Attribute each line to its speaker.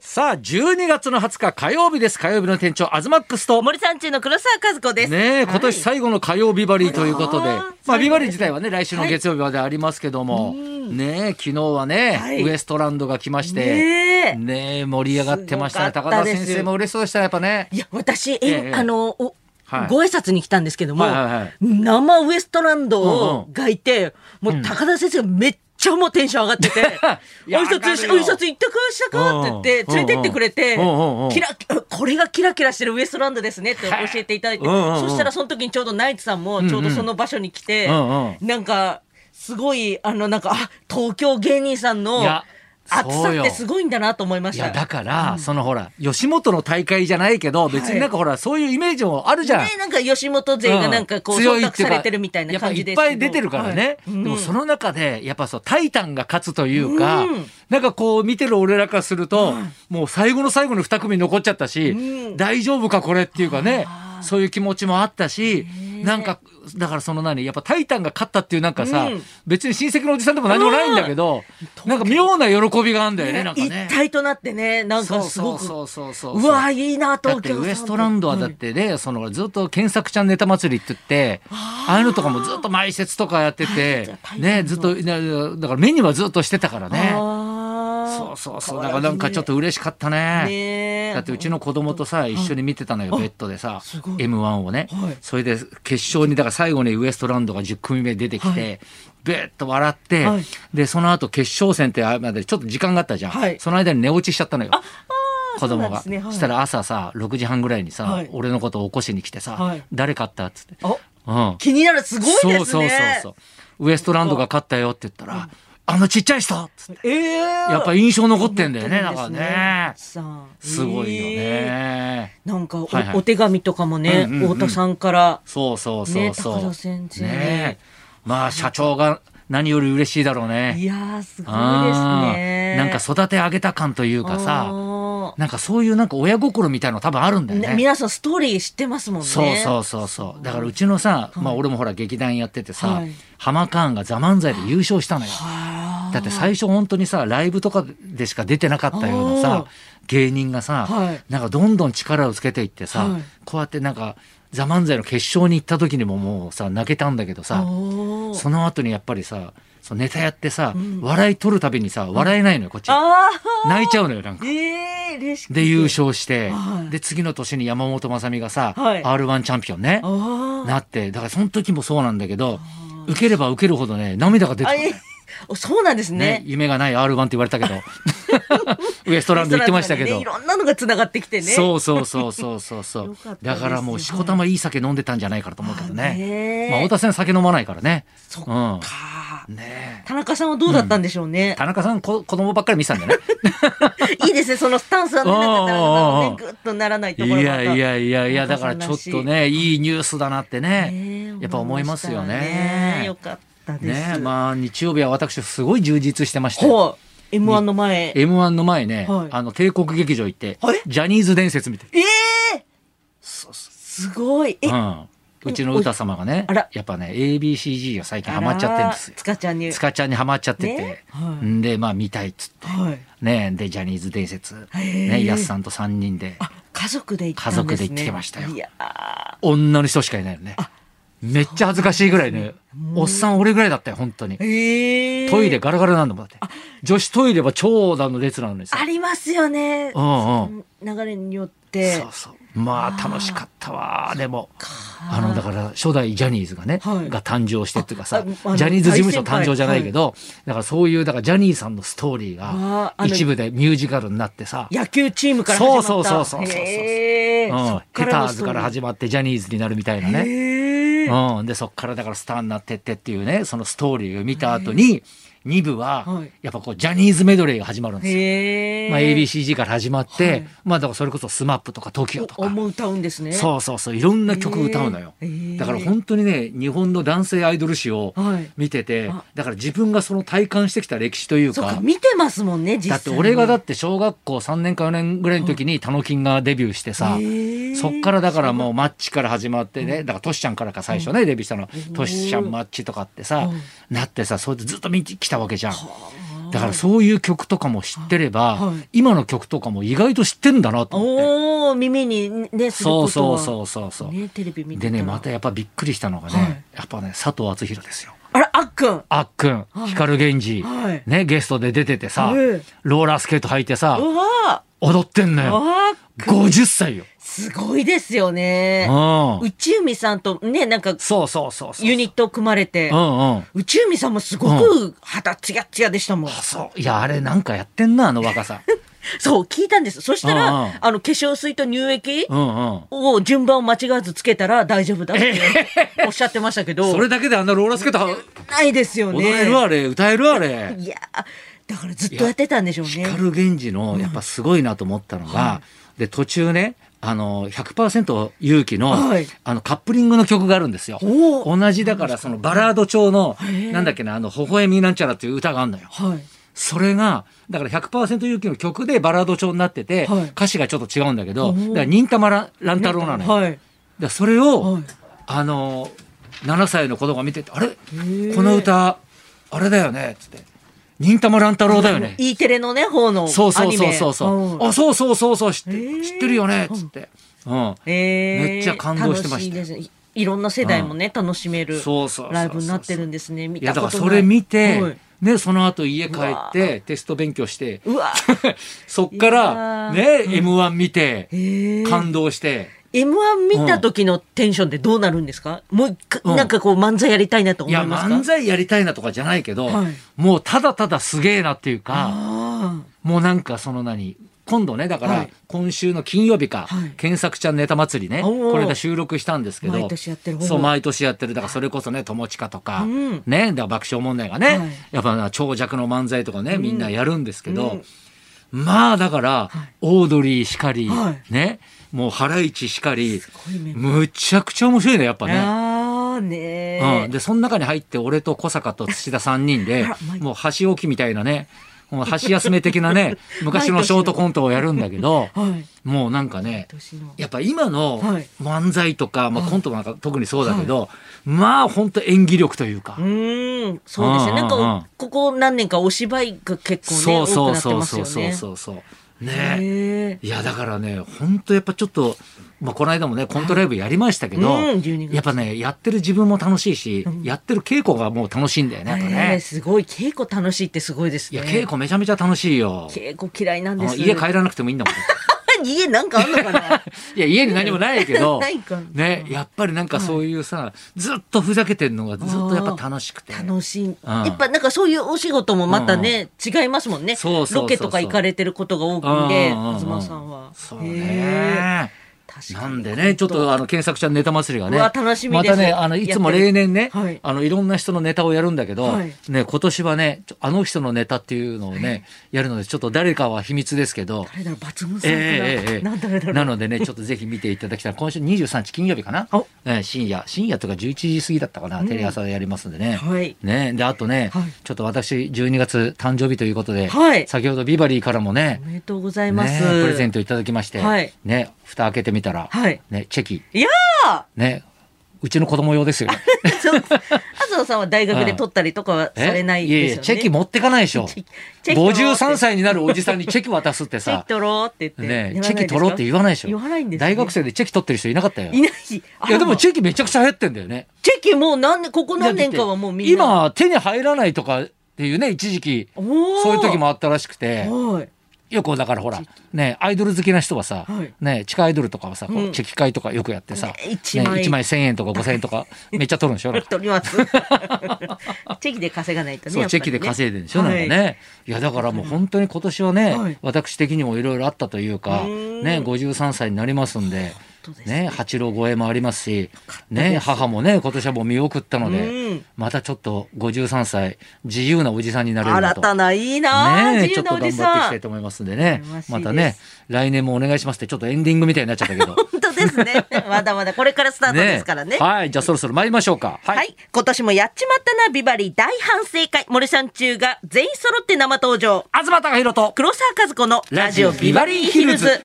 Speaker 1: さあ、12月の20日火曜日です。火曜日の店長、アズマックスと。
Speaker 2: 森さん中の黒沢和子です。
Speaker 1: ねえ、今年
Speaker 2: はい
Speaker 1: 最後の火曜ビバリーということで、
Speaker 2: あら
Speaker 1: まあ
Speaker 2: 最後ですね
Speaker 1: ビバリー自体はね、来週の月曜日までありますけども、ねえ、昨日はね、
Speaker 2: はい
Speaker 1: ウエストランドが来まして、
Speaker 2: ねえ
Speaker 1: ねえ、盛り上がってましたね。
Speaker 2: すごか
Speaker 1: 高
Speaker 2: った
Speaker 1: 田
Speaker 2: です
Speaker 1: 先生も嬉しそうでしたね、やっぱね。
Speaker 2: いや、私、え、
Speaker 1: ええ
Speaker 2: あの、お
Speaker 1: はい
Speaker 2: ご挨拶に来たんですけども、
Speaker 1: はいはいはい
Speaker 2: 生ウエストランド
Speaker 1: うんう
Speaker 2: を
Speaker 1: ん
Speaker 2: がいて、もう高田先生がめっちゃもうテンション上がってて、
Speaker 1: いや
Speaker 2: お一
Speaker 1: 上が
Speaker 2: つ
Speaker 1: る
Speaker 2: し、
Speaker 1: よ
Speaker 2: お一つ行ったかしたかって言って、
Speaker 1: うんう
Speaker 2: 連
Speaker 1: ん
Speaker 2: れてってくれて、
Speaker 1: うんうんうん
Speaker 2: キラ、これがキラキラしてるウエストランドですねって教えていただいて、
Speaker 1: うんうんうん
Speaker 2: そしたらその時にちょうどナイツさんもちょうどその場所に来て、
Speaker 1: うんう
Speaker 2: なんか、すごい、あの、なんか、あ、東京芸人さん
Speaker 1: い
Speaker 2: の
Speaker 1: や
Speaker 2: 熱さ
Speaker 1: そう
Speaker 2: っ
Speaker 1: よ
Speaker 2: てすごいんだなと思いま
Speaker 1: い
Speaker 2: した。
Speaker 1: や、だから、そのほら、吉本の大会じゃないけど、別になんかほら、そういうイメージもあるじゃん
Speaker 2: ね。なんか吉本勢がなんかこう、
Speaker 1: 強い
Speaker 2: 忖
Speaker 1: っ
Speaker 2: 度
Speaker 1: ていう
Speaker 2: さ
Speaker 1: か
Speaker 2: れてるみたいな感じですけ
Speaker 1: やっぱい
Speaker 2: ど
Speaker 1: っぱい出てるからね、
Speaker 2: はい
Speaker 1: でも
Speaker 2: うん
Speaker 1: その中でやっぱそうタイタンが勝つというか、
Speaker 2: うん
Speaker 1: なんかこう見てる俺らからすると、もう最後の最後の2組残っちゃったし、
Speaker 2: うん
Speaker 1: 大丈夫かこれっていうかね
Speaker 2: あー
Speaker 1: そういう気持ちもあったし、なんかだからその何やっぱタイタンが勝ったっていうなんかさ、
Speaker 2: うん
Speaker 1: 別に親戚のおじさんでも何でもないんだけど、なんか妙な喜びがあるんだよねなんか
Speaker 2: 一
Speaker 1: ね。
Speaker 2: 体となってね、なん
Speaker 1: そ
Speaker 2: か
Speaker 1: う
Speaker 2: す
Speaker 1: そ
Speaker 2: ご
Speaker 1: う
Speaker 2: く、
Speaker 1: そうそうそう
Speaker 2: うわ、いいな、
Speaker 1: だっ
Speaker 2: 東
Speaker 1: て
Speaker 2: 京さん
Speaker 1: ウエストランドはだってね、そのずっと検索ちゃんネタ祭りって言って、ああいうのとかもずっと埋設とかやってて、ね、ずっと、なだから目にはずっとしてたからね。そうそうそう、だからなんかちょっと嬉しかったね。
Speaker 2: ねえ
Speaker 1: だってうちの子供とさ、一緒に見てたのよ、ベッドでさ、
Speaker 2: すごい
Speaker 1: M1 をね
Speaker 2: はい。
Speaker 1: それで決勝に、だから最後にウエストランドが10組目出てき
Speaker 2: は
Speaker 1: て、ベッと笑って
Speaker 2: はい、
Speaker 1: で、その後決勝戦ってあまでちょっと時間があったじゃ
Speaker 2: は
Speaker 1: ん
Speaker 2: い。
Speaker 1: その間に寝落ちしちゃったのよ。子
Speaker 2: そう
Speaker 1: 供
Speaker 2: なんで
Speaker 1: が。
Speaker 2: すねはい
Speaker 1: したら朝さ、6時半ぐらいに
Speaker 2: は
Speaker 1: さ
Speaker 2: い、
Speaker 1: 俺のことを起こしに来て
Speaker 2: は
Speaker 1: さ
Speaker 2: い、
Speaker 1: 誰勝ったっつって。
Speaker 2: お
Speaker 1: うん。
Speaker 2: 気になる、すごいですね。
Speaker 1: そうそうそうそう。ウエストランドが勝ったよって言ったら、あのちっちゃい人っつって。
Speaker 2: ええ
Speaker 1: やっぱ
Speaker 2: い
Speaker 1: 印象残ってんだよね、だからね。す
Speaker 2: す
Speaker 1: ごいよね。
Speaker 2: なんかお、
Speaker 1: はいはい
Speaker 2: お手紙とかもね、
Speaker 1: うんうんうん
Speaker 2: 太田さんから。
Speaker 1: そうそうそうそう。
Speaker 2: ね高田先生ね
Speaker 1: ねえまあ社長が何より嬉しいだろう
Speaker 2: い
Speaker 1: ね。
Speaker 2: やー、すごいです
Speaker 1: あ
Speaker 2: ね。
Speaker 1: ーなんか育て上げた感というか
Speaker 2: あ
Speaker 1: さ、
Speaker 2: ー
Speaker 1: なんかそういうなんか親心みたいの多分あるんだよ
Speaker 2: ね
Speaker 1: ね。
Speaker 2: 皆さんストーリー知ってますもんね。
Speaker 1: そうそうそうそう。だからうちのさ、まあ俺もほら劇団やっててさ
Speaker 2: はい、
Speaker 1: ハマカーンがザ漫才で優勝したのよ。
Speaker 2: あー
Speaker 1: だって最初本当にさライブとかでしか出てなかったような
Speaker 2: あ
Speaker 1: さ
Speaker 2: ー
Speaker 1: 芸人がさ、
Speaker 2: はい
Speaker 1: なんかどんどん力をつけていってさ、
Speaker 2: はい
Speaker 1: こうやってなんか「ザ漫才の決勝に行った時にももうさ泣けたんだけどさ
Speaker 2: おー
Speaker 1: その後にやっぱりさそのネタやってさ、笑い取るたびにさ笑えないのよこっち
Speaker 2: あ
Speaker 1: 泣いちゃうのよなん
Speaker 2: ー
Speaker 1: か。
Speaker 2: えー、嬉しくて
Speaker 1: で優。勝して、
Speaker 2: はい
Speaker 1: で次の年に山本まさみがさ、
Speaker 2: はい
Speaker 1: r 1チャンピオンね
Speaker 2: ああ。
Speaker 1: なってだからその時もそうなんだけど受ければ受けるほどね涙が出て
Speaker 2: あ
Speaker 1: くる
Speaker 2: えーそうなんです
Speaker 1: ね
Speaker 2: ね。
Speaker 1: 夢がない R1 って言われたけ どウエストランド行ってましたけど、
Speaker 2: レストランとかねいろんなのが繋がってきてね。
Speaker 1: そうそうそうそうそうそ
Speaker 2: よ
Speaker 1: う
Speaker 2: かったです
Speaker 1: だからもうしこたまいい酒飲んでたんじゃないかなと思うけど
Speaker 2: あね
Speaker 1: ね
Speaker 2: え
Speaker 1: まあ太田さん酒飲まないからね
Speaker 2: そっ
Speaker 1: うん
Speaker 2: かー
Speaker 1: ね
Speaker 2: 田中さんはどうだったんでしょ
Speaker 1: え
Speaker 2: うね。
Speaker 1: 田中さんこ子供ばっかり見てた んだよね
Speaker 2: いいですね、そのスタンスはね、なんか田中さんもね、ぐっとならないとこ
Speaker 1: い
Speaker 2: ろがま
Speaker 1: や
Speaker 2: た
Speaker 1: いやいやいやだ
Speaker 2: 田中
Speaker 1: か
Speaker 2: さ
Speaker 1: ら
Speaker 2: ん
Speaker 1: ち
Speaker 2: し
Speaker 1: ょっとねいいニュースだなってね
Speaker 2: ねえ
Speaker 1: やっぱ思いますよ
Speaker 2: 思いました
Speaker 1: ね
Speaker 2: よかったです。
Speaker 1: ねえまあ日曜日は私すごい充実してまして
Speaker 2: ほう、M1 の前。え
Speaker 1: M1 の前ね、
Speaker 2: はい
Speaker 1: あの帝国劇場行って
Speaker 2: はい
Speaker 1: ジャニーズ伝説見て
Speaker 2: えーすごい。え、
Speaker 1: うん、うちの歌様がね
Speaker 2: あら
Speaker 1: やっぱね ABCG が最近ハマっちゃってんですよ
Speaker 2: つかちゃんに。
Speaker 1: つかちゃんにハマっちゃってて、
Speaker 2: ねはい
Speaker 1: んでまあ見たいっつって
Speaker 2: はい。
Speaker 1: ねでジャニーズ伝説
Speaker 2: へ
Speaker 1: ね
Speaker 2: え
Speaker 1: やすさんと3人で
Speaker 2: あ、家族で行ったんですね。
Speaker 1: 家族で行ってきましたよ
Speaker 2: いやー
Speaker 1: 女の人しかいないのねめっちゃ恥ずかしいぐらいねおっさん俺ぐらいだったよ本当に
Speaker 2: えー
Speaker 1: トイレ。ガラガラなんだもんだって女子トイレは長蛇の列なのにさ
Speaker 2: ありますよね。
Speaker 1: うんうん
Speaker 2: 流れによって。
Speaker 1: そうそうまあ楽しかったわでもあのだから初代ジャニーズがね、
Speaker 2: はい
Speaker 1: が誕生してっていうかさ
Speaker 2: ああの
Speaker 1: ジャニーズ事務所誕生じゃないけど、だからそういうだからジャニーさんのストーリー
Speaker 2: わ
Speaker 1: が
Speaker 2: ああの
Speaker 1: 一部でミュージカルになってさ、
Speaker 2: 野球チームから始まった。
Speaker 1: そうそうそうそうそう
Speaker 2: へ
Speaker 1: う
Speaker 2: ー
Speaker 1: ん、
Speaker 2: そっ
Speaker 1: ヘターズから
Speaker 2: ま
Speaker 1: 始まってジャニーズになるみたいな
Speaker 2: る
Speaker 1: ね、
Speaker 2: ね。へー
Speaker 1: うん、でそっからだからスターになってってっていうねそのストーリーを見た後に2部は
Speaker 2: はい
Speaker 1: やっぱこうジャニーズメドレーが始まるんですよ。
Speaker 2: へー
Speaker 1: まあ、ABCG から始まって、
Speaker 2: はい
Speaker 1: まあだからそれこそ SMAP とか TOKIO と
Speaker 2: お
Speaker 1: か
Speaker 2: 思う歌うんですね。
Speaker 1: そうそうそういろんな曲歌うのよ、
Speaker 2: えーえー
Speaker 1: だから本当にね日本の男性アイドル誌を
Speaker 2: はい
Speaker 1: 見てて、
Speaker 2: あ
Speaker 1: だから自分がその体感してきた歴史という
Speaker 2: そっ
Speaker 1: か
Speaker 2: か、見てますもんね、実
Speaker 1: だ
Speaker 2: 際
Speaker 1: っ
Speaker 2: に。
Speaker 1: て俺がだって小学校3年か4年ぐらいの時にタノキンがデビューしてさ、
Speaker 2: へー
Speaker 1: そっからだからもうマッチから始まってね、だからトシちゃんからか最初ね、デビューしたのトシちゃんマッチとかってさ、なってさそれでずっと見てきたわけじゃん。だからそういう曲とかも知ってれば、今の曲とかも意外と知ってんだなと思って。
Speaker 2: おお耳にねす
Speaker 1: そ
Speaker 2: るこ
Speaker 1: う
Speaker 2: と
Speaker 1: そ
Speaker 2: は
Speaker 1: うそうそうそう。
Speaker 2: ねテレビ見
Speaker 1: で
Speaker 2: てた
Speaker 1: ね
Speaker 2: ら
Speaker 1: またやっぱびっくりしたのがね、
Speaker 2: はい
Speaker 1: やっぱね佐藤敦弘ですよ。
Speaker 2: あらあっくん
Speaker 1: あっくん、光源氏、
Speaker 2: はい
Speaker 1: ねゲストで出ててさ、
Speaker 2: ええ
Speaker 1: ローラースケート履いてさ
Speaker 2: うわ
Speaker 1: 踊ってんの
Speaker 2: ー
Speaker 1: よ。
Speaker 2: わー
Speaker 1: 50歳よ。
Speaker 2: すごいですよね
Speaker 1: うん。
Speaker 2: 内海さんとねなんか
Speaker 1: そうそうそうそう。
Speaker 2: ユニットを組まれて
Speaker 1: うんうん。
Speaker 2: 内海さんもすごく肌ツヤツヤでしたもん
Speaker 1: あそういやあれなんかやってんなあの若 さ
Speaker 2: そう聞いたんですそし
Speaker 1: う
Speaker 2: た
Speaker 1: んうん
Speaker 2: らあの化粧水と乳液
Speaker 1: うんうん
Speaker 2: を順番を間違わずつけたら大丈夫だっておっしゃってましたけど
Speaker 1: それだけであんなローラースケートは
Speaker 2: ないですよ
Speaker 1: 踊
Speaker 2: ね
Speaker 1: れるあれ歌えるあれ
Speaker 2: いやーだからずっとやってたんでしょうね
Speaker 1: 光源氏のやっぱすごいなと思ったのが、で途中ねあの100%勇気の,、
Speaker 2: はい
Speaker 1: あのカップリングの曲があるんですよ。
Speaker 2: おー
Speaker 1: 同じだからそのバラード調の
Speaker 2: へえ
Speaker 1: なんだっけなあの微笑みなんちゃらっていう歌があるのよ。
Speaker 2: はい
Speaker 1: それがだから100%勇気の曲でバラード調になってて、
Speaker 2: はい
Speaker 1: 歌詞がちょっと違うんだけど
Speaker 2: お
Speaker 1: だ
Speaker 2: ー
Speaker 1: から忍たまら乱太郎なのよ。
Speaker 2: は
Speaker 1: だ
Speaker 2: い
Speaker 1: からそれを、
Speaker 2: はい
Speaker 1: あの7歳の子供が見てて「あれこ
Speaker 2: ー
Speaker 1: の歌あれだよね」っつって「忍たま乱太郎だよ ね」
Speaker 2: E テレのね方のアニメ
Speaker 1: そうそうそうそうそうあそうそうそうそう知って,、
Speaker 2: ー
Speaker 1: 知ってるよねっつって、うん
Speaker 2: うんえー
Speaker 1: めっちゃ感動してましたよ
Speaker 2: 楽いですいろんな世代もね楽しめる
Speaker 1: そうそうそうそう
Speaker 2: ライブになってるんですね見
Speaker 1: いや
Speaker 2: た
Speaker 1: だ
Speaker 2: こ
Speaker 1: から
Speaker 2: と
Speaker 1: それ見て、
Speaker 2: はい
Speaker 1: ねその後家帰
Speaker 2: う
Speaker 1: っ
Speaker 2: わ
Speaker 1: てテスト勉強して
Speaker 2: う わ
Speaker 1: そっから
Speaker 2: いや
Speaker 1: ね m 1見て
Speaker 2: えー
Speaker 1: 感動して、
Speaker 2: M1 見た時のテンションってどうなるんですか、もう一回
Speaker 1: うん
Speaker 2: なんかこう漫才やりたいなと思
Speaker 1: い
Speaker 2: い
Speaker 1: や
Speaker 2: ますか
Speaker 1: 漫才やりたいなとかじゃないけど、
Speaker 2: はい
Speaker 1: もうただただすげえなっていうか。
Speaker 2: あ
Speaker 1: もうなんかその何今度ねだから、
Speaker 2: はい
Speaker 1: 今週の金曜日か、
Speaker 2: はい
Speaker 1: 検索ちゃんネタ祭りね
Speaker 2: おうおう
Speaker 1: これで収録したんですけど
Speaker 2: 毎年やってる
Speaker 1: そう毎年やってるだからそれこそね友近とか、
Speaker 2: うん
Speaker 1: ねだから爆笑問題がね、
Speaker 2: はい
Speaker 1: やっぱな長尺の漫才とかね、みんなやるんですけど、まあだから、オードリーしかり、
Speaker 2: はい
Speaker 1: ねもうハライチしかり
Speaker 2: ごいメン
Speaker 1: むちゃくちゃ面白いねやっぱ
Speaker 2: あ、
Speaker 1: ね。
Speaker 2: ああねー
Speaker 1: うん、でその中に入って俺と小坂と土田3人で
Speaker 2: あらマイク
Speaker 1: もう箸置きみたいなねもう箸休め的な ね昔のショートコントをやるんだけど
Speaker 2: はい
Speaker 1: もうなんかね
Speaker 2: 年の
Speaker 1: やっぱ今の
Speaker 2: はい
Speaker 1: 漫才とか、まあ、コントなんか特にそうだけど、まあ本当演技力というか、
Speaker 2: うーんそうですねなん
Speaker 1: うんうんうん
Speaker 2: かここ何年かお芝居が結構ね
Speaker 1: そうそうそう
Speaker 2: 多く
Speaker 1: そうそう
Speaker 2: なってますよね
Speaker 1: そうそうね
Speaker 2: ね
Speaker 1: いやだからね本当やっぱちょっと、まあ、この間もねコントライブやりましたけど、
Speaker 2: うん12月
Speaker 1: やっぱねやってる自分も楽しいし、やってる稽古がもう楽しいんだよねやっぱね。
Speaker 2: えーすごい稽古楽しいってすごいです
Speaker 1: い
Speaker 2: ね
Speaker 1: や、稽古めちゃめちゃ楽しいよ。
Speaker 2: 稽古嫌いなん
Speaker 1: あ
Speaker 2: で
Speaker 1: の
Speaker 2: す
Speaker 1: 家帰らなくてもいい んだもん。
Speaker 2: 家なんかあんのかな
Speaker 1: いや、家に何もないけど
Speaker 2: ないか、
Speaker 1: ね、やっぱりなんかそういうさ、ずっとふざけてんのがずっとやっぱ楽しくて。
Speaker 2: 楽しい、やっぱなんかそういうお仕事もまたね、違いますもんね
Speaker 1: そうそうそうそう
Speaker 2: ロケとか行かれてることが多くんで
Speaker 1: うんうんうん
Speaker 2: 東さんは
Speaker 1: そう
Speaker 2: へ
Speaker 1: ね。
Speaker 2: ー確
Speaker 1: な
Speaker 2: かに
Speaker 1: んでね、ちょっとあの、検索者ネタ祭りがね、
Speaker 2: うわ楽しみ
Speaker 1: ま
Speaker 2: です
Speaker 1: たね、あの、いつも
Speaker 2: やってる
Speaker 1: 例年ね、
Speaker 2: はい
Speaker 1: あの、いろんな人のネタをやるんだけど、
Speaker 2: はい
Speaker 1: ね、今年はね、ちょあの人のネタっていうのをね、やるので、ちょっと誰かは秘密ですけど、
Speaker 2: 誰だろう抜群
Speaker 1: えええ
Speaker 2: さん
Speaker 1: ええ
Speaker 2: かな、
Speaker 1: え
Speaker 2: なんだろう
Speaker 1: なのでねちょっとぜひ見ていただきたい今週23日金曜日かな
Speaker 2: お、
Speaker 1: ええ深夜深夜とか11時過ぎだったかな、テレ朝でやりますんでね、
Speaker 2: はい
Speaker 1: ねであとね、
Speaker 2: はい
Speaker 1: ちょっと私12月誕生日ということで、
Speaker 2: はい
Speaker 1: 先ほどビバリーからもね
Speaker 2: おめでとうございます、
Speaker 1: ねプレゼントいただきまして、
Speaker 2: はい
Speaker 1: ね蓋開けてみたら、
Speaker 2: はい
Speaker 1: ねチェキ
Speaker 2: いやー
Speaker 1: ねうちの子供用 ですよ。
Speaker 2: そう麻生さんは大学で取ったりとかは
Speaker 1: え
Speaker 2: されない
Speaker 1: や
Speaker 2: で
Speaker 1: い
Speaker 2: すよ
Speaker 1: や
Speaker 2: ね。
Speaker 1: チェキ持ってかないでしょ
Speaker 2: チェキ。チェキ取ろうって
Speaker 1: 53歳になるおじさんにチェキ渡すって
Speaker 2: チェ
Speaker 1: さ
Speaker 2: キ、取ろうって言って。
Speaker 1: ねチェキ取ろうって言わないでしょ。
Speaker 2: 言わないんです、
Speaker 1: 大学。生でチェキ取ってる人いなかったよ。
Speaker 2: いないし。あ
Speaker 1: いやでもチ
Speaker 2: チェ
Speaker 1: ェキめちゃくちゃ流行ってんだよね。
Speaker 2: キもう何年、ここ何年かはもうみんな。
Speaker 1: だって今手に入らないとかっていうね一時期
Speaker 2: おー
Speaker 1: そういう時もあったらしくて
Speaker 2: はい。
Speaker 1: よくだからほらねアイドル好きな人はさ、
Speaker 2: はい
Speaker 1: ね地下アイドルとかはさこう
Speaker 2: うん
Speaker 1: チェキ会とかよくやってさ、
Speaker 2: ね一枚
Speaker 1: ね一枚1,000円とか5,000円とか めっちゃ取るんでしょなんか
Speaker 2: 取ります。 チェキで稼がないとね。
Speaker 1: そう、
Speaker 2: やっぱ
Speaker 1: チ
Speaker 2: り
Speaker 1: ェキ
Speaker 2: ね
Speaker 1: で稼いでるんでしょ、なんか
Speaker 2: はい
Speaker 1: ね。いや、だからもう本当に今年はね、
Speaker 2: はい
Speaker 1: 私的にもいろいろあったというか、
Speaker 2: うーん
Speaker 1: ね、53歳になりますんで
Speaker 2: 本当、ですね
Speaker 1: ね、八郎超えもありますし、
Speaker 2: たです
Speaker 1: ね、母もね、今年はもう見送ったの
Speaker 2: う
Speaker 1: で
Speaker 2: ん、
Speaker 1: またちょっと53歳、自由なおじさんになれるな
Speaker 2: 新
Speaker 1: と。
Speaker 2: たないいなあ、
Speaker 1: ね
Speaker 2: 自
Speaker 1: ちょ
Speaker 2: 由
Speaker 1: っと
Speaker 2: なお
Speaker 1: 頑張って
Speaker 2: じ
Speaker 1: いきた
Speaker 2: さ
Speaker 1: い
Speaker 2: ん。
Speaker 1: と思いますんでね
Speaker 2: 羨ましいで。す
Speaker 1: またね、来年もお願いしますって、ちょっとエンディングみたいになっちゃった けど。
Speaker 2: 本当です ね。まだまだこれからスタートですからね。
Speaker 1: はい、じゃあそろそろ参りましょうか。
Speaker 2: はい、今年もやっちまったなビバリー大反省会森さん中が全員揃って生登場
Speaker 1: 東隆弘と。
Speaker 2: 黒沢和子のラジオビバリーヒルズ